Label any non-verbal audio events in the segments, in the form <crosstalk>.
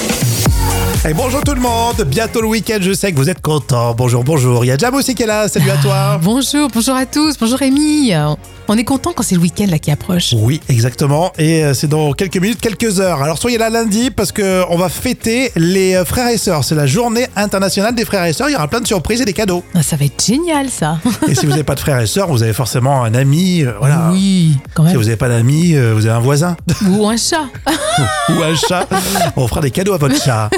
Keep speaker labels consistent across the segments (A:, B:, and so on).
A: Et Eh, bonjour tout le monde, bientôt le week-end, je sais que vous êtes contents. Bonjour, bonjour. Il y a Jam aussi qui est là, salut à toi.
B: Ah, Bonjour, bonjour à tous, bonjour Rémi. On est content quand c'est le week-end là qui approche.
A: <coughs> Oui, exactement. Et euh, c'est dans quelques minutes, quelques heures. Alors soyez là lundi parce que on va fêter les euh, frères et sœurs. C'est la journée internationale des frères et sœurs. Il y aura plein de surprises et des <laughs> cadeaux.
B: Ah, Ça va être génial ça.
A: Et si vous n'avez pas de frères et sœurs, vous avez forcément un ami. euh, voilà.
B: Oui, quand
A: Si
B: même.
A: vous n'avez pas d'amis, euh, vous avez un voisin <laughs>
B: Ou un chat.
A: ou <laughs> un chat. On fera des cadeaux à votre <laughs> chat.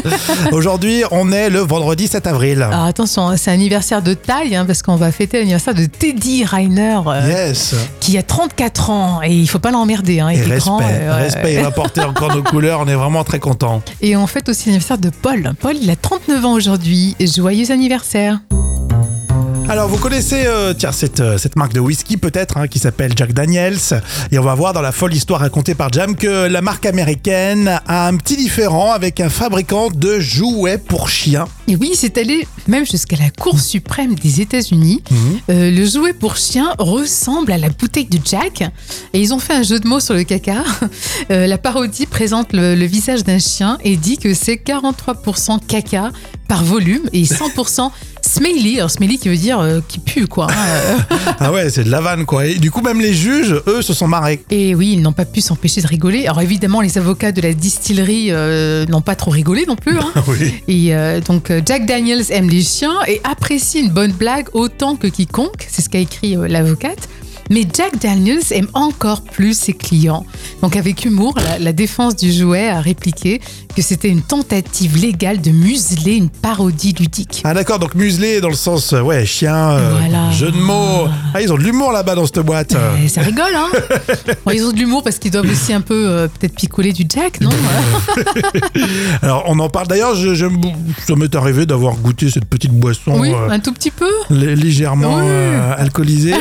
A: Aujourd'hui, on est le vendredi 7 avril.
B: Alors attention, hein, c'est un anniversaire de taille hein, parce qu'on va fêter l'anniversaire de Teddy Reiner euh,
A: Yes.
B: qui a 34 ans et il faut pas l'emmerder. Hein, il
A: Et
B: était
A: respect,
B: grand, euh, ouais,
A: respect,
B: ouais.
A: il va porter encore nos couleurs, on est vraiment très contents.
B: Et on fête aussi l'anniversaire de Paul. Paul, il a 39 ans aujourd'hui. Joyeux anniversaire.
A: Alors vous connaissez euh, tiens, cette, euh, cette marque de whisky peut-être hein, qui s'appelle Jack Daniels et on va voir dans la folle histoire racontée par Jam que la marque américaine a un petit différent avec un fabricant de jouets pour chiens.
B: Et oui, c'est allé même jusqu'à la Cour suprême des États-Unis. Euh, le jouet pour chien ressemble à la bouteille de Jack. Et ils ont fait un jeu de mots sur le caca. Euh, la parodie présente le, le visage d'un chien et dit que c'est 43% caca par volume et 100% smelly. Alors smelly qui veut dire euh, qui pue quoi. hein. Euh,
A: <laughs> Ah ouais, c'est de la vanne quoi. Et du coup même les juges, eux, se sont marrés.
B: Et oui, ils n'ont pas pu s'empêcher de rigoler. Alors évidemment, les avocats de la distillerie euh, n'ont pas trop rigolé non plus. hein.
A: Ah Oui.
B: Et euh, donc euh, Jack Daniels aime les chiens et apprécie une bonne blague autant que quiconque, c'est ce qu'a écrit euh, l'avocate. Mais Jack Daniels aime encore plus ses clients. Donc avec humour, la, la défense du jouet a répliqué que c'était une tentative légale de museler une parodie ludique.
A: Ah d'accord, donc muselé dans le sens euh, ouais, chien, euh,
B: Voilà.
A: jeu de mots. Ah ils ont de l'humour là-bas dans cette boîte.
B: Eh, ça
A: <laughs>
B: rigole, hein Bon, Ils ont de l'humour parce qu'ils doivent aussi un peu euh, peut-être picoler du Jack, non hein?
A: Alors on en parle d'ailleurs, je, je me- ça m'est arrivé d'avoir goûté cette petite boisson
B: Oui,
A: euh,
B: un tout petit peu,
A: L- légèrement
B: Oui.
A: euh,
B: <laughs>
A: alcoolisé.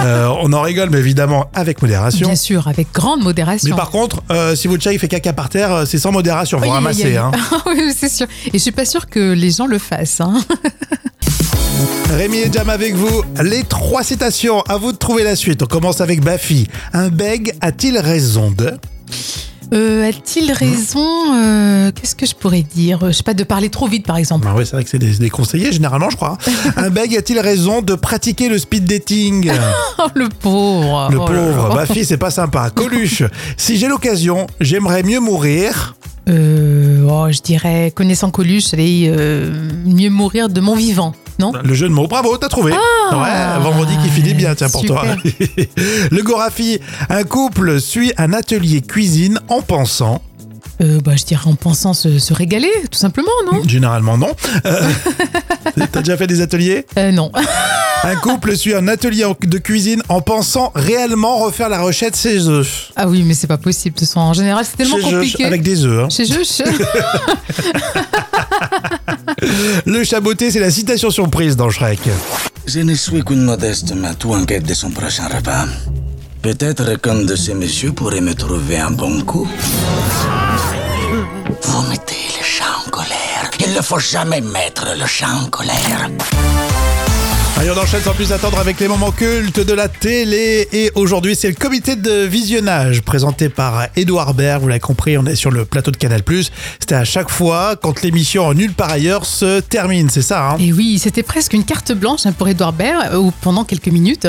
A: Euh, on en rigole, mais évidemment avec modération.
B: bien sûr, avec grande
A: mais
B: modération.
A: par contre, euh, si votre chat il fait caca par terre, euh, c'est sans modération. Vous
B: Aïe, aïe,
A: ramassez.
B: aïe. <laughs>
A: Hein.
B: <laughs> Oui, c'est sûr. Et je suis pas sûre que les gens le fassent. hein.
A: Rémi et Jam avec vous. Les trois citations. À vous de trouver la suite. On commence avec Baffy. Un beg a-t-il raison de
B: Euh, A-t-il raison euh, Qu'est-ce que je pourrais dire Je sais pas, de parler trop vite par exemple. <laughs>
A: Ah ouais, c'est vrai que c'est des, des conseillers généralement, je crois. hein. Un beg a-t-il raison de pratiquer le speed
B: <laughs>
A: dating
B: Oh, le pauvre
A: Le
B: Oh là là.
A: pauvre. Baffy, c'est pas sympa. Coluche. Si j'ai l'occasion, j'aimerais mieux mourir.
B: Euh, oh, je dirais, connaissant Coluche, allez, euh, mieux mourir de mon vivant, non
A: Le jeu de mots, bravo, t'as trouvé.
B: Ah.
A: ouais, vendredi qui finit bien, tiens, pour toi. <laughs> le Gorafi, un couple suit un atelier cuisine en pensant,
B: Euh, bah, Je dirais en pensant se, se régaler, tout simplement,
A: Mm.
B: non
A: généralement non. Euh, <laughs> T'as déjà fait des ateliers
B: Euh, Non. <laughs>
A: Un couple suit un atelier en- de cuisine en pensant réellement refaire la recette chez eux.
B: Ah oui, mais c'est pas possible. De toute façon, en général, c'est tellement
A: Chez eux,
B: compliqué.
A: avec des œufs. hein.
B: Chez eux, <laughs> je-
A: Le chaboté, c'est la citation surprise dans Shrek.
C: Je ne suis qu'une modeste matou en quête de son prochain repas. Peut-être qu'un de ces messieurs pourrait me trouver un bon coup. Vous mettez le chat en colère. Il ne faut jamais mettre le chat en colère.
A: Allez, on enchaîne sans plus attendre avec les moments cultes de la télé. Et aujourd'hui, c'est le comité de visionnage présenté par Édouard Baird. Vous l'avez compris, on est sur le plateau de Canal+. C'était à chaque fois quand l'émission en nulle par ailleurs se termine, c'est ça hein
B: Et Eh oui, c'était presque une carte blanche hein, pour Edouard Baird euh, ou pendant quelques minutes.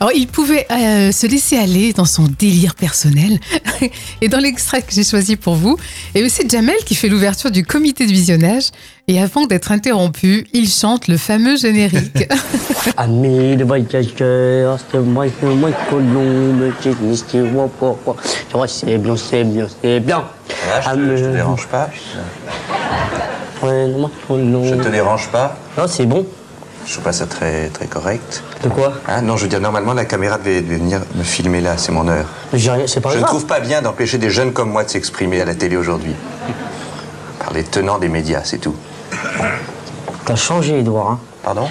B: Alors, il pouvait euh, se laisser aller dans son délire personnel. <laughs> et dans l'extrait que j'ai choisi pour vous, et c'est Jamel qui fait l'ouverture du comité de visionnage. Et avant d'être interrompu, il chante le
A: <laughs>
B: fameux générique.
D: Amis de voyageurs, c'est moi, c'est moi, Colombe, j'ai dit, c'est moi, pourquoi. C'est vrai, c'est bien, c'est bien, c'est bien.
E: Ah, je, te, je te dérange pas
D: Ouais, moi, Colombe.
E: Je te dérange pas
D: Non, c'est bon.
E: Je trouve pas ça très, très correct.
D: De quoi
E: Ah non, je veux dire, normalement, la caméra devait, devait venir me filmer là, c'est mon heure.
D: J'ai rien, c'est pas
E: Je ne
D: grave.
E: trouve pas bien d'empêcher des jeunes comme moi de s'exprimer à la télé aujourd'hui. Par les tenants des médias, c'est tout.
D: T'as changé, Edouard. Hein.
E: Pardon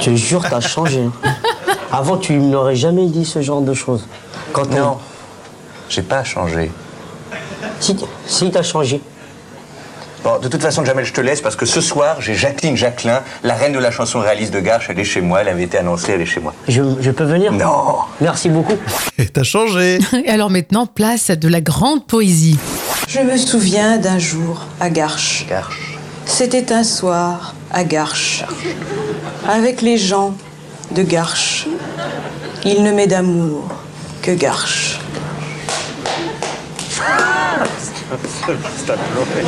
D: Je te jure, t'as changé. Avant, tu ne m'aurais jamais dit ce genre de choses. Quand on-
E: Non. J'ai pas changé.
D: Si, si t'as changé.
E: Bon, de toute façon, Jamel, je te laisse parce que ce soir, j'ai Jacqueline Jacquelin, la reine de la chanson réaliste de Garche. Elle est chez moi, elle avait été annoncée, elle est chez moi.
D: Je, je peux venir
E: Non
D: Merci beaucoup.
A: Et T'as changé
B: et alors maintenant, place à de la grande poésie.
F: Je me souviens d'un jour à Garches.
E: Garche.
F: C'était un soir à Garches, avec les gens de Garches. Il ne m'est d'amour que Garches.
D: Moi,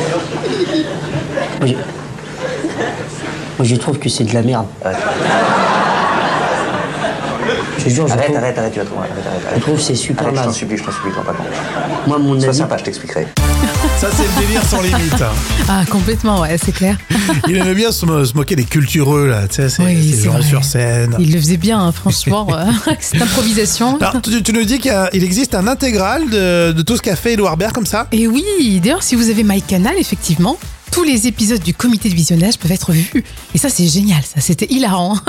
D: je... Moi, je trouve que c'est de la merde. Je jure, je
E: Arrête,
D: trouve-
E: arrête, arrête, tu vas trouver. Arrête, arrête,
D: je
E: arrête.
D: trouve que c'est super
E: Arrête, je t'en
D: mal.
E: supplie, je t'en supplie, t'en pas compte.
D: Moi, mon
E: Sois
D: avis,
E: sympa, je t'expliquerai.
A: Ça, c'est le délire sans limite. hein.
B: Ah, complètement, ouais,
A: <laughs>
B: c'est clair.
A: Il aimait bien se, mo- se moquer des cultureux, là, tu sais, ces,
B: Oui,
A: ces
B: c'est
A: gens
B: vrai.
A: sur scène.
B: Il le faisait bien, hein, franchement. euh, <laughs> cette improvisation.
A: Alors, tu, tu nous dis qu'il y a- il existe un intégral de, de tout ce qu'a fait Edouard Baird comme ça
B: Et oui, d'ailleurs, si vous avez MyCanal, effectivement, tous les épisodes du comité de visionnage peuvent être vus. Et ça, c'est génial, ça, c'était hilarant. <laughs>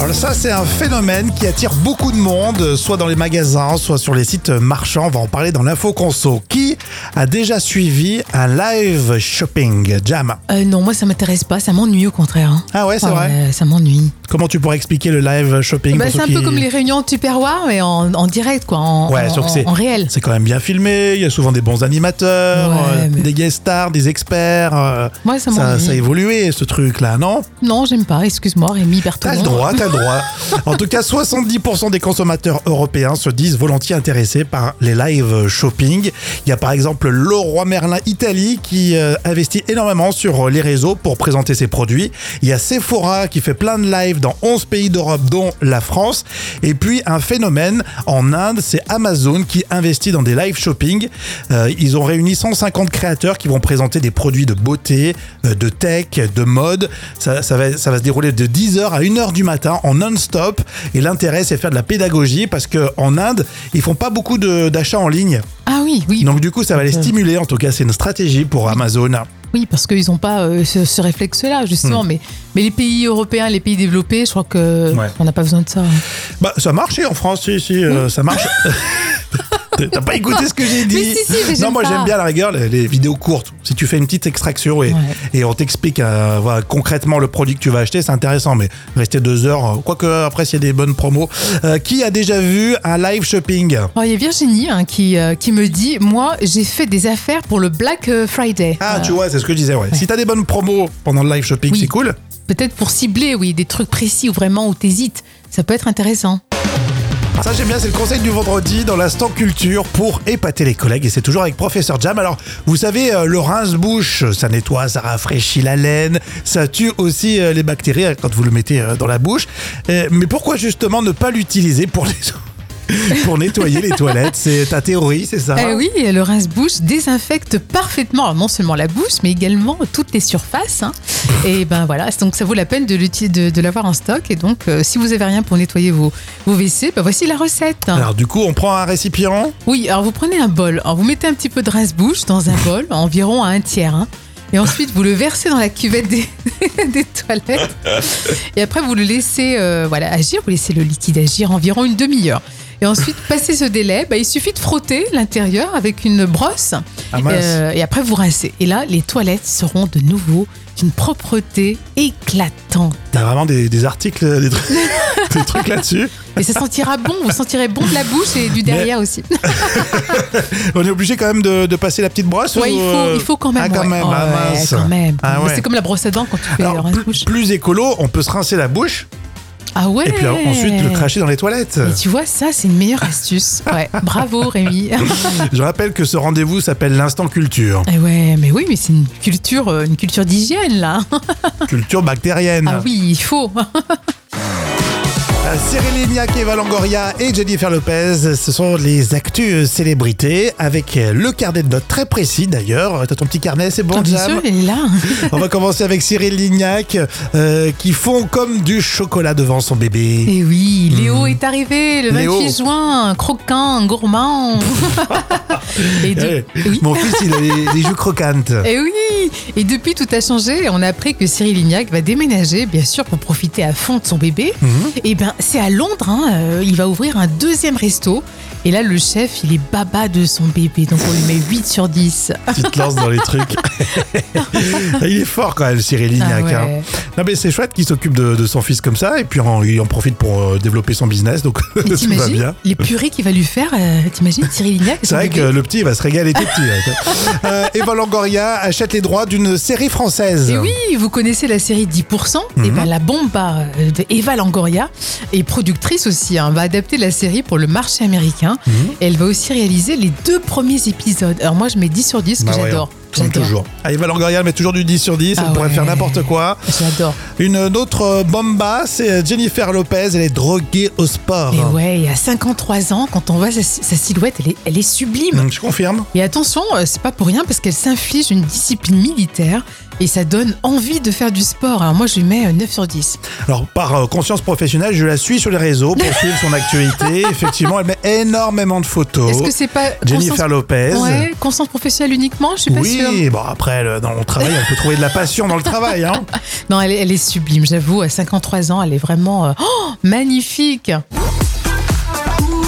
A: Alors ça, c'est un phénomène qui attire beaucoup de monde, euh, soit dans les magasins, soit sur les sites marchands. On va en parler dans l'info conso. Qui a déjà suivi un live shopping jam
B: Euh, non, moi, ça m'intéresse pas, ça m'ennuie au contraire. hein.
A: Ah ouais, c'est
B: Ah
A: vrai.
B: ouais, ça m'ennuie.
A: Comment tu pourrais expliquer le live shopping
B: Bah,
A: pour
B: c'est
A: ceux
B: un peu
A: qui-
B: comme les réunions de Tupperware, mais en, en direct, quoi, en,
A: Ouais,
B: en-
A: sauf que
B: en-
A: c'est-
B: en réel.
A: C'est quand même bien filmé. Il y a souvent des bons animateurs,
B: Ouais,
A: euh,
B: mais-
A: des guest stars, des experts. euh,
B: Ouais, ça
A: ça,
B: m'ennuie.
A: ça a évolué ce truc-là, non
B: Non, j'aime pas, excuse-moi, Rémi Bertolon.
A: T'as le droit, t'as le droit. En tout cas, 70% des consommateurs européens se disent volontiers intéressés par les live shopping. Il y a par exemple Leroy Merlin Italie qui euh, investit énormément sur euh, les réseaux pour présenter ses produits. Il y a Sephora qui fait plein de lives dans 11 pays d'Europe, dont la France. Et puis un phénomène en Inde, c'est Amazon qui investit dans des live shopping. Euh, ils ont réuni 150 créateurs qui vont présenter des produits de beauté, euh, de tech, de mode. Ça, ça va, ça va se dérouler de 10h à 1h du matin en non-stop. Et l'intérêt, c'est de faire de la pédagogie parce qu'en Inde, ils font pas beaucoup de- d'achats en ligne.
B: Ah oui, oui,
A: Donc du coup, ça va les stimuler. En tout cas, c'est une stratégie pour Amazon.
B: oui, parce qu'ils n'ont pas euh, ce, ce réflexe-là, justement.
A: Hmm.
B: Mais, mais les pays européens, les pays développés, je crois que
A: Ouais.
B: on n'a pas besoin de ça. hein.
A: Bah, ça marchait en France, si, si, euh, ça
B: <laughs>
A: marche. T'as pas écouté ce que j'ai dit
B: Mais si, si, mais
A: Non,
B: j'aime
A: moi
B: pas.
A: j'aime bien à la rigueur les, les vidéos courtes. Si tu fais une petite extraction et,
B: Ouais.
A: et on t'explique euh, voilà, concrètement le produit que tu vas acheter, c'est intéressant. Mais rester deux heures, euh, quoique après s'il y a des bonnes promos. Euh, qui a déjà vu un live shopping
B: Alors, il y a Virginie hein, qui, euh, qui me dit Moi, j'ai fait des affaires pour le Black euh, Friday.
A: Ah,
B: Euh,
A: tu vois, c'est ce que je disais, ouais. Si t'as des bonnes promos pendant le live shopping,
B: Oui.
A: c'est cool.
B: Peut-être pour cibler, oui, des trucs précis ou vraiment où t'hésites. Ça peut être intéressant.
A: Ça j'aime bien, c'est le conseil du vendredi dans l'instant culture pour épater les collègues et c'est toujours avec professeur Jam. Alors vous savez, euh, le rince-bouche, ça nettoie, ça rafraîchit la laine, ça tue aussi euh, les bactéries euh, quand vous le mettez euh, dans la bouche. Euh, mais pourquoi justement ne pas l'utiliser pour les... <laughs> pour nettoyer les toilettes C'est ta théorie, c'est ça
B: Eh oui, le rince-bouche désinfecte parfaitement, alors non seulement la bouche, mais également toutes les surfaces. hein. et ben voilà, donc ça vaut la peine de, l'uti- de, de l'avoir en stock. Et donc, euh, si vous avez rien pour nettoyer vos, vos WC, ben voici la recette.
A: Alors du coup, on prend un récipient.
B: Oui, alors vous prenez un bol, alors vous mettez un petit peu de rince-bouche dans un bol, <laughs> environ à un tiers. hein. et ensuite, vous le versez dans la cuvette des, <laughs> des toilettes. Et après, vous le laissez euh, voilà, agir, vous laissez le liquide agir environ une demi-heure. Et ensuite, passé ce délai, bah, il suffit de frotter l'intérieur avec une brosse.
A: Ah, mince.
B: Euh, et après, vous rincez. Et là, les toilettes seront de nouveau d'une propreté éclatante.
A: T'as vraiment des, des articles, euh, des trucs, <laughs> des trucs là-dessus.
B: Et ça sentira bon, vous sentirez bon de la bouche et du derrière aussi.
A: On est obligé quand même de, de passer la petite brosse
B: Ouais,
A: ou,
B: il faut,
A: euh,
B: il faut quand même.
A: Ah, quand
B: ouais.
A: même,
B: Oh,
A: ah,
B: ouais,
A: mince.
B: quand même.
A: Ah, ouais.
B: C'est comme la brosse à dents quand tu fais le
A: Alors, plus-
B: rince-bouche.
A: plus écolo, on peut se rincer la bouche
B: Ah ouais.
A: Et puis alors, ensuite le cracher dans les toilettes.
B: Et tu vois, ça, c'est une
A: <laughs>
B: meilleure astuce. Ouais, bravo Rémi.
A: Je rappelle que ce rendez-vous s'appelle l'instant culture,
B: Eh ouais, mais oui, mais c'est une culture, euh, une culture d'hygiène là.
A: culture bactérienne.
B: Ah oui, il faut. <laughs>
A: Euh, Cyril Lignac, Eva Longoria et Jennifer Lopez, ce sont les actus euh, célébrités avec euh, le carnet de notes très précis d'ailleurs. Euh, T'as ton petit carnet, c'est bon,
B: Ah, bien
A: Jam
B: sûr, elle est là.
A: <laughs> On va commencer avec Cyril Lignac euh, qui fond comme du chocolat devant son bébé.
B: Et oui, Léo est arrivé le 28
A: Hmm. Léo.
B: juin,
A: <laughs>
B: croquant, gourmand. Et de-
A: Eh,
B: oui.
A: Mon fils, il a les, les joues croquantes.
B: Et Eh oui Et depuis, tout a changé. On a appris que Cyril Lignac va déménager, bien sûr, pour
A: Mhm.
B: Eh profiter à fond de son bébé. Et ben, c'est à Londres. hein. Euh, Il va ouvrir un deuxième resto. Et là, le chef, il est baba de son bébé, donc on lui met 8 sur 10.
A: Tu te lances dans les
B: <laughs>
A: trucs. il est fort quand même, Cyril Lignac.
B: Ah ouais.
A: hein. Non, mais c'est chouette qu'il s'occupe de, de son fils comme ça, et puis en- il en profite pour euh, développer son business, donc <laughs>
B: Mais
A: tout va
B: T'imagines
A: bien.
B: les purées qu'il va lui faire euh, T'imagines Cyril Lignac
A: C'est vrai que le petit il va se régaler tout petit.
B: <laughs>
A: hein. Euh, Eva Longoria achète les droits d'une série française.
B: Et Eh oui, vous connaissez la série 10%, et
A: Mhm.
B: ben la bomba euh, de Eva Langoria, et productrice aussi, hein, va adapter la série pour le marché américain.
A: Mhm.
B: Et elle va aussi réaliser les deux premiers épisodes. Alors moi, je mets 10 sur 10,
A: Bah
B: que
A: ouais,
B: j'adore.
A: Comme
B: J'adore.
A: toujours. Ah, Eva Longoria elle met toujours du 10 sur 10,
B: Ah
A: elle pourrait
B: ouais.
A: faire n'importe quoi.
B: J'adore.
A: Une autre euh, bomba, c'est Jennifer Lopez, elle est droguée au sport.
B: Et ouais, et à 53 ans, quand on voit sa, sa silhouette, elle est, elle est sublime.
A: Hum, Je confirme.
B: Et attention, euh, c'est pas pour rien parce qu'elle s'inflige une discipline militaire et ça donne envie de faire du sport. Alors moi, je lui mets euh, 9 sur 10.
A: Alors, par euh, conscience professionnelle, je la suis sur les réseaux pour suivre son
B: <laughs>
A: actualité. Effectivement, elle met énormément de photos.
B: Est-ce que c'est pas
A: Oh. Jennifer
B: conscience-
A: Lopez.
B: Ouais, conscience professionnelle uniquement, je suis pas sûre.
A: oui, bon, après, le- dans le travail, on peut trouver de la passion dans le travail. Hein.
B: Non, elle est, elle est sublime, j'avoue. À 53 ans, elle est vraiment euh, oh, magnifique.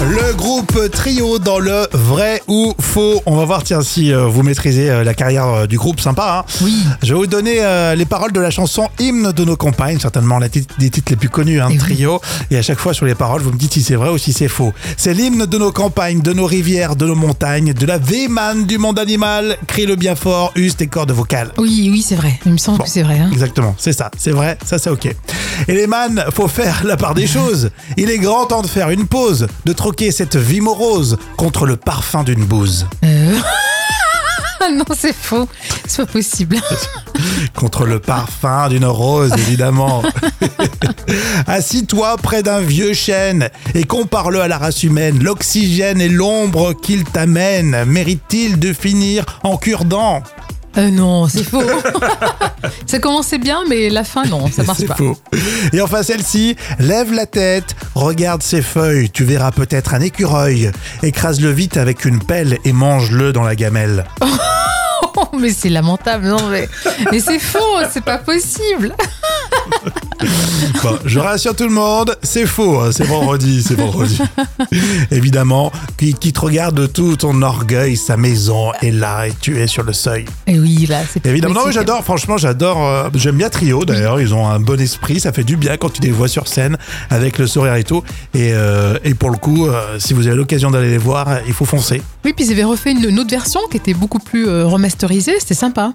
A: Le groupe Trio dans le vrai ou faux. On va voir, tiens, si euh, vous maîtrisez euh, la carrière euh, du groupe, sympa. hein.
B: Oui.
A: Je vais vous donner euh, les paroles de la chanson Hymne de nos compagnes, certainement la tit- des titres les plus connus, hein,
B: Eh oui.
A: Trio. Et à chaque fois sur les paroles, vous me dites si c'est vrai ou si c'est faux. C'est l'hymne de nos campagnes, de nos rivières, de nos montagnes, de la vémane du monde animal. Crie-le bien fort, use tes cordes vocales.
B: Oui, oui, c'est vrai. Il me semble
A: Bon.
B: que c'est vrai. hein. <laughs>
A: Exactement, c'est ça, c'est vrai, ça c'est ok. Et les man, faut faire la part des choses. Il est grand temps de faire une pause, de troquer cette vie morose contre le parfum d'une bouse.
B: Ah non, c'est faux. C'est pas possible. <laughs>
A: Contre le parfum d'une rose, évidemment. Assis-toi près d'un vieux chêne et compare-le à la race humaine. L'oxygène et l'ombre qu'il t'amène méritent-ils de finir en cure-dent
B: Euh, non, c'est faux. <laughs> ça commençait bien, mais la fin, non, ça marche
A: C'est
B: pas.
A: faux. Et enfin celle-ci, lève la tête, regarde ses feuilles, tu verras peut-être un écureuil. Écrase-le vite avec une pelle et mange-le dans la gamelle.
B: Oh, <laughs> mais c'est lamentable. Non, mais, mais c'est faux. C'est pas possible.
A: Bon, je rassure tout le monde, c'est faux, hein, c'est vendredi, c'est
B: <laughs>
A: vendredi. Évidemment, qui, qui te regarde de tout ton orgueil, sa maison est là et tu es sur le seuil.
B: Et oui, là, c'est pas
A: Évidemment, non, mais
B: possible.
A: j'adore, franchement, j'adore. euh, J'aime bien Trio d'ailleurs, ils ont un bon esprit, ça fait du bien quand tu les vois sur scène avec le sourire et tout. Et, euh, et pour le coup, euh, si vous avez l'occasion d'aller les voir, il faut foncer.
B: Oui, puis ils avaient refait une, une autre version qui était beaucoup plus euh, remasterisée. C'était sympa.